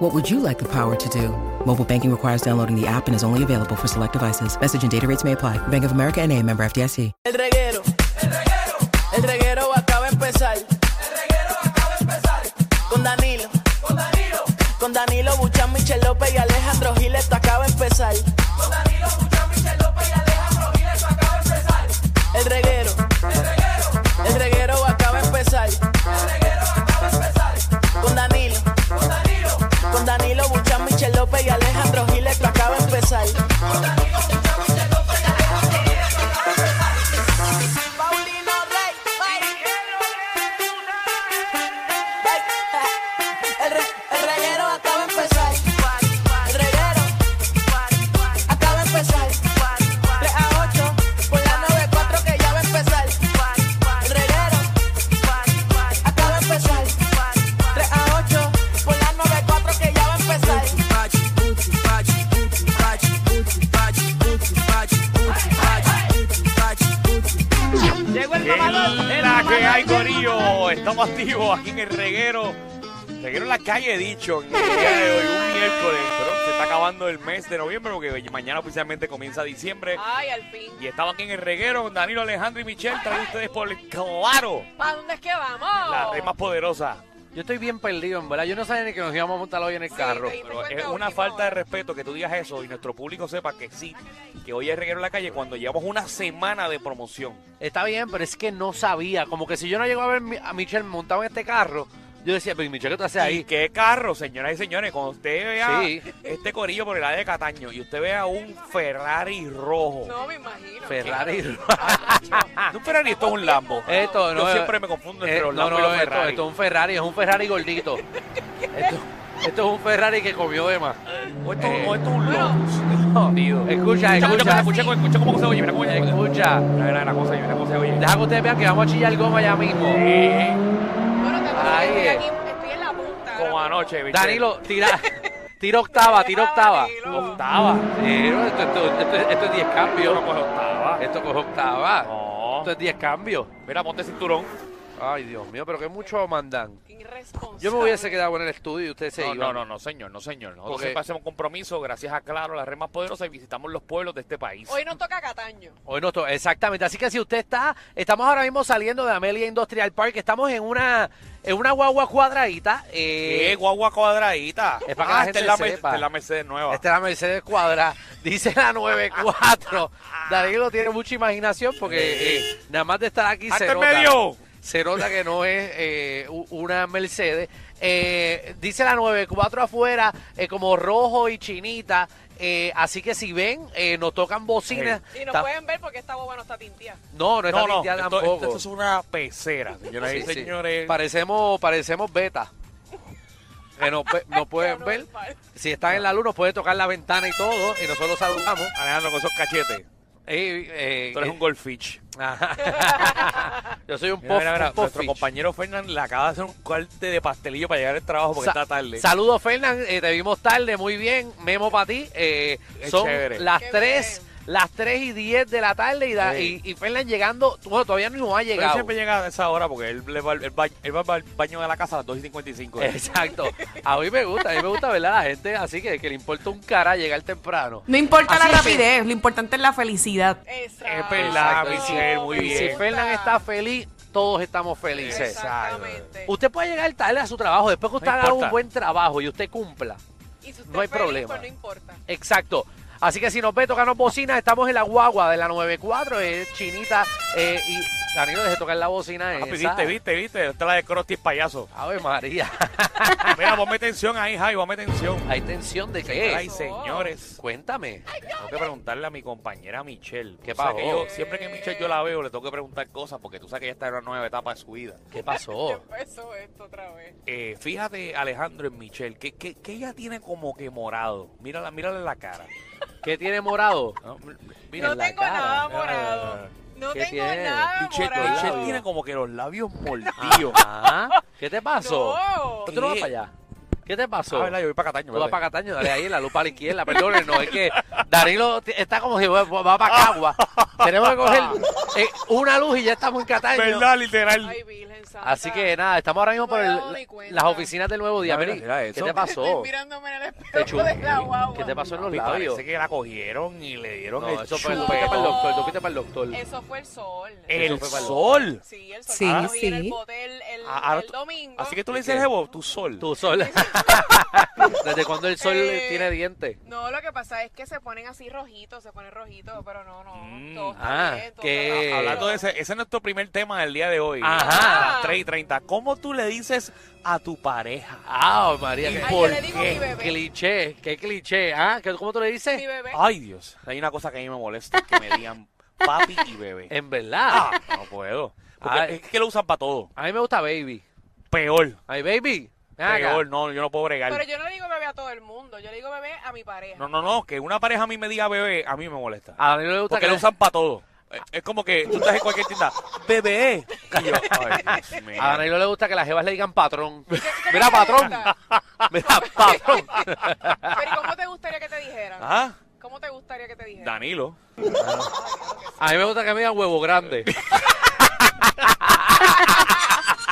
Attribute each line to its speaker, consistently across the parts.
Speaker 1: What would you like the power to do? Mobile banking requires downloading the app and is only available for select devices. Message and data rates may apply. Bank of America and a member FDIC.
Speaker 2: El reguero. El reguero acaba de empezar. Con Danilo. Con Danilo Buchan, Michel López y Alejandro Giles, esto acaba de empezar. El reguero. El reguero acaba de empezar. Con Danilo. Con Danilo Buchan, Michel López y Alejandro Giles, esto acaba de empezar. Paulino Rey. El, re- el reguero acaba de empezar. El reguero acaba de empezar. 3 a 8 por la 94 que ya va a empezar. El reguero acaba de empezar. 3 a 8 por la 94 que ya va a empezar.
Speaker 3: Llegó el mamador.
Speaker 4: eh,
Speaker 5: En la que hay, Corillo. Estamos activos aquí en el reguero. Reguero en la calle, he dicho. En el día de hoy, un miércoles. Pero se está acabando el mes de noviembre, porque mañana oficialmente comienza diciembre.
Speaker 4: Ay, al fin.
Speaker 5: Y estamos aquí en el reguero con Danilo Alejandro y Michelle. Traen ustedes por el claro.
Speaker 4: ¿Para dónde es que vamos?
Speaker 5: La red más poderosa.
Speaker 3: Yo estoy bien perdido, en verdad. Yo no sabía ni que nos íbamos a montar hoy en el carro.
Speaker 4: estoy-
Speaker 5: Pero es una falta
Speaker 4: eh.
Speaker 5: de respeto que tú digas eso y nuestro público sepa que sí, que hoy es reguero en la calle cuando llevamos una semana de promoción.
Speaker 3: Está bien, pero es que no sabía. Como que si yo no llegaba a ver mi- a Michelle montado en este carro, yo decía, pero Michelle, ¿qué tú haces
Speaker 5: ¿Y
Speaker 3: ahí?
Speaker 5: qué carro, señoras y señores? Cuando usted vea
Speaker 3: Sí.
Speaker 5: este corillo por el área de Cataño y usted vea un Ferrari rojo.
Speaker 4: No, me imagino.
Speaker 3: Ferrari.
Speaker 5: No, un Ferrari, esto es un Lambo.
Speaker 3: Esto, no,
Speaker 5: Yo
Speaker 3: eh,
Speaker 5: siempre me confundo entre
Speaker 3: eh,
Speaker 5: los
Speaker 3: no,
Speaker 5: Lambo
Speaker 3: no,
Speaker 5: y los
Speaker 3: esto-
Speaker 5: Ferrari.
Speaker 3: Esto, es un Ferrari, es un Ferrari gordito. esto, esto es un Ferrari que comió de más.
Speaker 5: O esto,
Speaker 3: eh,
Speaker 5: o esto es un Lotus. Escucha,
Speaker 3: Escucha,
Speaker 5: escucha,
Speaker 3: escucha,
Speaker 5: escucha, escucha cómo se oye, mira cómo se oye.
Speaker 3: escucha.
Speaker 5: Mira, mira, mira cómo se oye, mira cómo se oye.
Speaker 3: Deja que ustedes vean que vamos a chillar goma ya mismo.
Speaker 5: Eh,
Speaker 4: Bueno, te
Speaker 3: Ay,
Speaker 4: estoy
Speaker 3: eh.
Speaker 4: aquí, estoy en la punta.
Speaker 5: como
Speaker 4: ahora mismo.
Speaker 5: anoche, Michelle.
Speaker 3: Danilo, tira, tira octava, tira octava.
Speaker 4: Danilo.
Speaker 5: Octava.
Speaker 3: Sí, no, esto, esto- esto- esto es 10
Speaker 5: Yo no
Speaker 3: cambios.
Speaker 5: coge octava.
Speaker 3: Esto coge octava.
Speaker 5: No.
Speaker 3: Esto es 10 cambios.
Speaker 5: Mira, ponte cinturón.
Speaker 3: Ay, Dios mío, pero que mucho mandan.
Speaker 4: Qué irresponsable.
Speaker 3: Yo me hubiese quedado en el estudio y usted se
Speaker 5: No,
Speaker 3: iba.
Speaker 5: no, no, no, señor, no, señor. Nosotros
Speaker 3: Porque-
Speaker 5: siempre hacemos compromiso, gracias a Claro, la red más poderosa, y visitamos los pueblos de este país.
Speaker 4: Hoy nos toca Cataño.
Speaker 3: Hoy no to- exactamente. Así que si usted está, estamos ahora mismo saliendo de Amelia Industrial Park, estamos en una, en una guagua cuadradita.
Speaker 5: ¡Qué
Speaker 3: eh,
Speaker 5: guagua cuadradita!
Speaker 3: Es para que la
Speaker 5: Ah, esta
Speaker 3: gente
Speaker 5: es la
Speaker 3: sepa.
Speaker 5: Mer- esta es la Mercedes nueva.
Speaker 3: Esta es la Mercedes Cuadra, dice la 94. Danilo tiene mucha imaginación porque eh, nada más de estar aquí
Speaker 5: ¡Hasta
Speaker 3: se
Speaker 5: el
Speaker 3: nota,
Speaker 5: medio!
Speaker 3: se nota que no es eh, u- una Mercedes. Eh, dice la 94 afuera eh, como rojo y chinita. eh, así que si ven, eh, nos tocan bocinas.
Speaker 4: Y nos
Speaker 3: Ta-
Speaker 4: pueden ver porque esta boba no está tintia.
Speaker 3: No, no está
Speaker 5: No, no,
Speaker 3: tinteada
Speaker 5: esto,
Speaker 3: tampoco.
Speaker 5: esto es una pecera, señoras y
Speaker 3: Sí, sí.
Speaker 5: señores.
Speaker 3: Parecemos, parecemos beta. Que nos, ve- nos pueden ver. Si están en la luz, nos pueden tocar la ventana y todo. Y nosotros saludamos.
Speaker 5: Alejandro, con esos cachetes.
Speaker 3: Eh, eh,
Speaker 5: Tú eres un golfich.
Speaker 3: Ajá. Yo soy un
Speaker 5: Mira, mira, mira,
Speaker 3: post
Speaker 5: Nuestro compañero Fernán le acaba de hacer un corte de pastelillo para llegar al trabajo porque está tarde.
Speaker 3: Saludos, Fernán. eh, te vimos tarde, muy bien. Memo para ti. eh,
Speaker 5: Qué
Speaker 3: son
Speaker 5: chévere.
Speaker 3: las
Speaker 4: Qué
Speaker 3: 3, las 3 y 10 de la tarde y, da-
Speaker 5: Sí.
Speaker 3: y, y Fernan llegando. Bueno, todavía no
Speaker 5: Pero
Speaker 3: ha
Speaker 5: él
Speaker 3: llegado.
Speaker 5: siempre llega a esa hora porque él, le va, al- él va- él va al baño de la casa a las 2 y 55.
Speaker 3: Exacto. A mí me gusta, a mí me gusta ver a la gente así que, que le importa un cara llegar temprano.
Speaker 6: No importa
Speaker 3: Así
Speaker 6: la
Speaker 3: es.
Speaker 6: rapidez, lo importante es la felicidad.
Speaker 4: Exacto.
Speaker 5: Es verdad,
Speaker 3: Michelle,
Speaker 5: muy
Speaker 3: Y si
Speaker 5: bien.
Speaker 3: Fernan está feliz, todos estamos felices.
Speaker 4: Exactamente.
Speaker 3: Usted puede llegar tarde a su trabajo, después que usted
Speaker 5: No
Speaker 3: haga
Speaker 5: importa.
Speaker 3: un buen trabajo y usted cumpla.
Speaker 4: Y si usted
Speaker 3: no hay
Speaker 4: es feliz,
Speaker 3: problema.
Speaker 4: pues no importa.
Speaker 3: Exacto. Así que si nos ve tocarnos bocinas, estamos en la guagua de la 94, es chinita. eh, y Danilo, deje tocar la bocina
Speaker 5: Papi,
Speaker 3: esa.
Speaker 5: viste, viste, viste. Esta es la de Crosty el payaso. Ah,
Speaker 3: Ave María.
Speaker 5: Mira, ponme atención ahí, Javi, ponme atención.
Speaker 3: ¿Hay tensión de
Speaker 5: Ay,
Speaker 3: qué?
Speaker 5: señores.
Speaker 3: Cuéntame.
Speaker 5: Tengo que preguntarle a mi compañera Michelle.
Speaker 3: ¿Qué
Speaker 5: Tú sabes
Speaker 3: pasó?
Speaker 5: que yo, siempre que Michelle yo la veo, le tengo que preguntar cosas porque tú sabes que ella está en una nueva etapa de su vida.
Speaker 3: ¿Qué pasó?
Speaker 4: Empezó esto otra vez.
Speaker 5: Eh, fíjate, Alejandro en Michelle, que, que, que ella tiene como que morado. Mírala, mírala en la cara.
Speaker 3: ¿Qué tiene morado?
Speaker 5: No,
Speaker 3: Mira
Speaker 4: no
Speaker 3: en la
Speaker 4: tengo
Speaker 3: cara. Ah.
Speaker 4: nada
Speaker 5: Mira, mira,
Speaker 4: morado.
Speaker 5: mira,
Speaker 4: No
Speaker 3: ¿Qué
Speaker 4: tengo
Speaker 3: tiene?
Speaker 4: nada,
Speaker 5: Michelle,
Speaker 4: morado.
Speaker 5: Michelle tiene como que los labios
Speaker 3: Ah.
Speaker 5: mordidos.
Speaker 3: Ajá. Ah, ¿Qué te pasó?
Speaker 4: No.
Speaker 3: ¿Tú no vas para allá? ¿Qué te
Speaker 5: Ah,
Speaker 3: pasó?
Speaker 5: verdad, yo voy para Cataño.
Speaker 3: Tú vas
Speaker 5: ¿verdad?
Speaker 3: para Cataño, dale ahí la luz para la izquierda, perdón, no, es que Danilo t- está como si va, va para Cagua. Tenemos que coger eh, una luz y ya estamos en Cataño.
Speaker 5: Verdad, literal.
Speaker 4: Ay, Virgen Santa.
Speaker 3: Así que nada, estamos ahora mismo por el-
Speaker 4: No me doy cuenta.
Speaker 3: las oficinas del Nuevo Día.
Speaker 5: Mira,
Speaker 3: Meli,
Speaker 5: mira
Speaker 3: ¿Qué
Speaker 5: eso.
Speaker 3: te
Speaker 4: Estoy
Speaker 3: pasó?
Speaker 4: mirándome en el
Speaker 3: Te
Speaker 4: espejo de la
Speaker 3: chupé.
Speaker 4: guagua.
Speaker 3: ¿Qué te pasó en los
Speaker 5: Papi,
Speaker 3: labios?
Speaker 5: Parece que la cogieron y le dieron
Speaker 3: No,
Speaker 5: el
Speaker 3: eso fue, tú
Speaker 5: chupe.
Speaker 3: fuiste para el doctor, tú fuiste para el doctor.
Speaker 4: Eso fue el sol.
Speaker 5: El
Speaker 3: Eso fue para el- Ah,
Speaker 5: sol.
Speaker 4: Sí, el sol.
Speaker 6: Sí,
Speaker 4: Yo vi en
Speaker 6: sí.
Speaker 4: el bote el, el-
Speaker 5: Ah, ahora
Speaker 4: el
Speaker 5: tú-
Speaker 4: domingo.
Speaker 5: Así que tú le
Speaker 3: ¿El
Speaker 5: dices,
Speaker 3: qué?
Speaker 5: Jebo, tu sol.
Speaker 3: Tu sol. ¿Desde cuándo el sol
Speaker 4: Eh,
Speaker 3: tiene dientes?
Speaker 4: No, lo que pasa es que se ponen así rojitos, se ponen rojitos, pero no, no.
Speaker 5: Mm,
Speaker 4: todo está
Speaker 3: ah,
Speaker 4: bien, todo
Speaker 3: que-
Speaker 4: está bien.
Speaker 5: Hablando de ese, ese es nuestro primer tema del día de hoy.
Speaker 3: Ajá.
Speaker 5: A las 3 y 30. ¿Cómo tú le dices a tu pareja?
Speaker 3: Ah, María,
Speaker 4: Ay,
Speaker 3: qué
Speaker 4: yo
Speaker 3: por-
Speaker 4: eh, le digo mi bebé.
Speaker 3: cliché, qué cliché, ¿ah? ¿Qué- ¿Cómo tú le dices?
Speaker 4: Mi bebé.
Speaker 5: Ay, Dios. Hay una cosa que a mí me molesta, que me digan papi y bebé.
Speaker 3: En verdad.
Speaker 5: Ah, no puedo. Porque
Speaker 3: Ay.
Speaker 5: es que lo usan para todo.
Speaker 3: A mí me gusta baby.
Speaker 5: Peor.
Speaker 3: Ay, baby. ven acá.
Speaker 5: Peor, no, yo no puedo bregar.
Speaker 4: Pero yo no le digo bebé a todo el mundo, yo le digo bebé a mi pareja.
Speaker 5: No, no, no, que una pareja a mí me diga bebé, a mí me molesta.
Speaker 3: A mí me gusta
Speaker 5: Porque
Speaker 3: que
Speaker 5: lo usan para todo. Eh, Es como que tú estás en cualquier tienda, bebé. Y yo, ay, Dios mío.
Speaker 3: A Danilo le gusta que las jevas le digan patrón.
Speaker 4: qué
Speaker 3: Mira,
Speaker 4: le
Speaker 3: patrón.
Speaker 4: gusta?
Speaker 3: Mira, patrón.
Speaker 4: Pero ¿y cómo te gustaría que te dijeran?
Speaker 5: Ah,
Speaker 4: ¿Cómo te gustaría que te dijeran?
Speaker 5: Danilo.
Speaker 4: Ay, claro que sí.
Speaker 3: A mí me gusta que me digan huevo grande.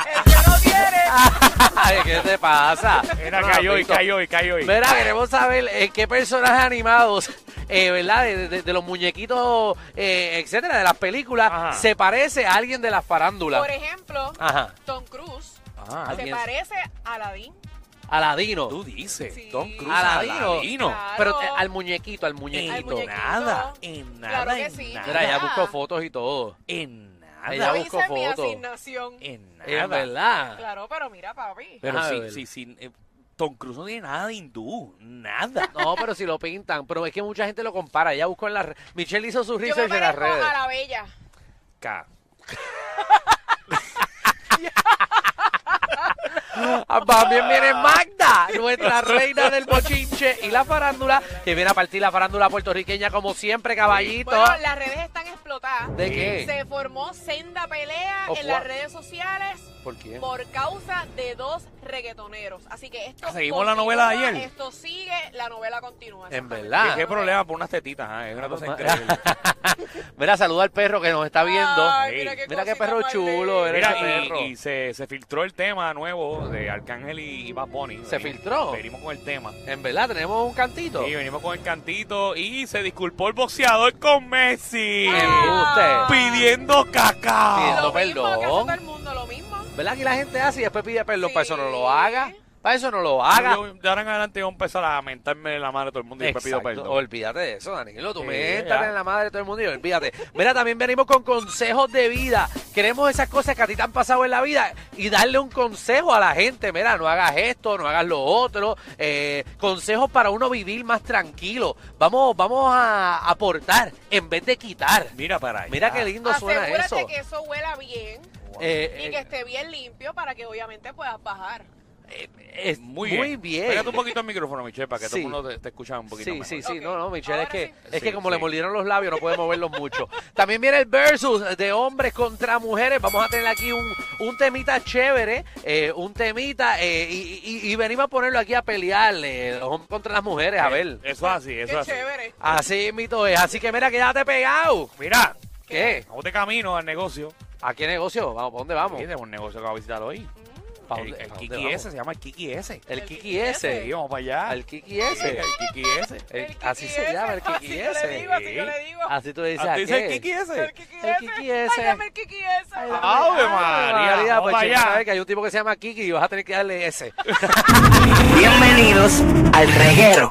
Speaker 4: El que no quiere.
Speaker 3: Ay, ¿Qué te pasa?
Speaker 5: Era
Speaker 3: No,
Speaker 5: cayó y
Speaker 3: Tito.
Speaker 5: cayó y cayó y.
Speaker 3: Mira, queremos saber eh, qué personajes animados, eh, ¿verdad? De, de- de los muñequitos, eh, etcétera, de las películas,
Speaker 5: Ajá.
Speaker 3: se parece a alguien de las farándulas.
Speaker 4: Por ejemplo,
Speaker 5: Ajá.
Speaker 4: Tom Cruise
Speaker 5: Ah,
Speaker 4: se
Speaker 3: alguien-
Speaker 4: parece a Aladdin.
Speaker 3: Aladino.
Speaker 5: tú dices.
Speaker 4: Sí.
Speaker 5: Tom Cruise.
Speaker 3: Aladino.
Speaker 4: Claro.
Speaker 3: Pero eh, al muñequito, al muñequito.
Speaker 4: Al
Speaker 5: En
Speaker 4: muñequito.
Speaker 5: nada. En nada.
Speaker 4: Claro que
Speaker 5: en
Speaker 4: sí.
Speaker 5: nada,
Speaker 3: Mira, ella
Speaker 4: ya
Speaker 3: buscó fotos y todo.
Speaker 5: En nada.
Speaker 3: Ella
Speaker 4: Yo
Speaker 3: buscó Eh, ah.
Speaker 4: hice mi
Speaker 3: foto.
Speaker 4: asignación.
Speaker 5: En nada.
Speaker 3: Es verdad.
Speaker 4: Claro, pero mira, papi.
Speaker 5: Pero
Speaker 3: Ah,
Speaker 5: sí,
Speaker 3: verdad.
Speaker 5: sí, sí. eh, Tom Cruise no tiene nada de hindú. Nada.
Speaker 3: No, pero si lo pintan. Pero es que mucha gente lo compara. Ella buscó en las redes. Michelle hizo su
Speaker 4: Yo me
Speaker 3: research en las
Speaker 4: parezco
Speaker 3: redes.
Speaker 4: a la bella.
Speaker 5: Ca-
Speaker 3: Ah, También viene Magda, nuestra reina del bochinche y la farándula, que viene a partir la farándula puertorriqueña como siempre, caballito.
Speaker 4: Bueno, las redes están explotadas.
Speaker 3: ¿De qué?
Speaker 4: Se formó senda pelea
Speaker 3: Of
Speaker 4: en
Speaker 3: what?
Speaker 4: las redes sociales
Speaker 3: ¿Por quién?
Speaker 4: por causa de dos reggaetoneros. Así que
Speaker 3: Ah,
Speaker 4: esto
Speaker 5: Seguimos la novela de
Speaker 4: continúa,
Speaker 5: ayer.
Speaker 4: Esto sigue, la novela continúa.
Speaker 3: En
Speaker 4: exactamente.
Speaker 3: verdad.
Speaker 5: ¿Qué- ¿Qué problema por unas tetitas? ah? Es una cosa increíble.
Speaker 3: Mira, saluda al perro que nos está viendo.
Speaker 4: Ay, mira
Speaker 5: Sí.
Speaker 4: qué,
Speaker 3: Mira qué
Speaker 4: cosita
Speaker 3: perro
Speaker 4: más
Speaker 3: chulo,
Speaker 4: linda.
Speaker 3: eres.
Speaker 5: Mira,
Speaker 3: ese perro.
Speaker 5: y, y se, se filtró el tema nuevo de Arcángel y, y Bad Bunny.
Speaker 3: ¿Se
Speaker 5: Venimos-
Speaker 3: filtró?
Speaker 5: Venimos con el tema.
Speaker 3: En verdad, tenemos un cantito.
Speaker 5: Y venimos con el cantito y se disculpó el boxeador con Messi.
Speaker 3: Embuste.
Speaker 5: Ah. Pidiendo
Speaker 3: Pidiendo-
Speaker 5: cacao.
Speaker 4: Lo mismo que hace
Speaker 3: perdón.
Speaker 4: todo el mundo, lo mismo.
Speaker 3: ¿Verdad que la gente hace y después pide perdón? Para eso no lo
Speaker 4: Sí.
Speaker 3: haga. Para eso no lo haga.
Speaker 5: Yo, de ahora en adelante voy a empezar a mentarme en la madre a todo el mundo y me pido
Speaker 3: Exacto.
Speaker 5: perdón.
Speaker 3: Olvídate de eso, Danilo. Tú
Speaker 5: Sí,
Speaker 3: métate
Speaker 5: ya.
Speaker 3: en la madre de todo el mundo y olvídate. Mira, también venimos con consejos de vida. Queremos esas cosas que a ti te han pasado en la vida y darle un consejo a la gente. Mira, no hagas esto, no hagas lo otro. Eh, consejos para uno vivir más tranquilo. Vamos, vamos a aportar en vez de quitar.
Speaker 5: Mira para allá.
Speaker 3: Mira qué lindo suena
Speaker 4: Asegúrate
Speaker 3: eso.
Speaker 4: que eso huela bien
Speaker 3: Eh,
Speaker 4: y que esté bien limpio para que obviamente puedas bajar.
Speaker 3: eh, es
Speaker 5: Muy bien. Pégate un poquito el micrófono, Michelle, para que todo
Speaker 3: Sí.
Speaker 5: el mundo te, te escuche un poquito
Speaker 3: Sí,
Speaker 5: mejor.
Speaker 3: sí, sí,
Speaker 4: Ok.
Speaker 3: no, no, Michelle, es
Speaker 4: Ahora
Speaker 3: que,
Speaker 4: sí.
Speaker 3: es que
Speaker 5: Sí,
Speaker 3: como
Speaker 5: sí.
Speaker 3: le molieron los labios no puede moverlos mucho. También viene el versus de hombres contra mujeres. Vamos a tener aquí un, un temita chévere, eh, un temita, eh, y, y- y venimos a ponerlo aquí a pelearle, los hombres contra las mujeres, a ver.
Speaker 5: Eh, Eso es así, eso
Speaker 4: Qué
Speaker 5: es así.
Speaker 4: chévere.
Speaker 3: Así mito es, así que mira, quédate pegado.
Speaker 5: Mira,
Speaker 3: ¿Qué?
Speaker 5: vamos de camino al negocio.
Speaker 3: ¿A qué negocio? Vamos, ¿para dónde vamos?
Speaker 5: Tienes un negocio que va a visitar hoy.
Speaker 3: ¿Pa'
Speaker 5: El,
Speaker 3: dónde-
Speaker 5: el
Speaker 3: pa' dónde
Speaker 5: Kiki
Speaker 3: vamos?
Speaker 5: S, se llama el Kiki S.
Speaker 3: El
Speaker 4: El
Speaker 3: Kiki
Speaker 4: Kiki
Speaker 3: ese.
Speaker 4: ese.
Speaker 5: Sí, vamos para allá.
Speaker 3: El Kiki ese.
Speaker 5: El Kiki S.
Speaker 3: El-
Speaker 4: El
Speaker 3: Así
Speaker 4: Kiki
Speaker 3: se
Speaker 4: ese,
Speaker 3: llama el
Speaker 4: así
Speaker 3: Kiki
Speaker 4: yo le digo,
Speaker 3: ese.
Speaker 4: así yo le digo.
Speaker 3: Así tú le dices,
Speaker 5: Ah,
Speaker 3: ¿a
Speaker 5: ¿tú dices
Speaker 3: qué?
Speaker 5: el Kiki
Speaker 4: El
Speaker 5: S?
Speaker 4: Kiki
Speaker 3: El
Speaker 4: ese.
Speaker 3: Kiki ese.
Speaker 4: Ay, dame el Kiki ese.
Speaker 5: ¡Ave
Speaker 3: Ay,
Speaker 5: María!
Speaker 3: pues,
Speaker 5: vamos
Speaker 3: chico,
Speaker 5: allá.
Speaker 3: sabes que hay un tipo que se llama Kiki y vas a tener que darle ese.
Speaker 2: Bienvenidos al reguero.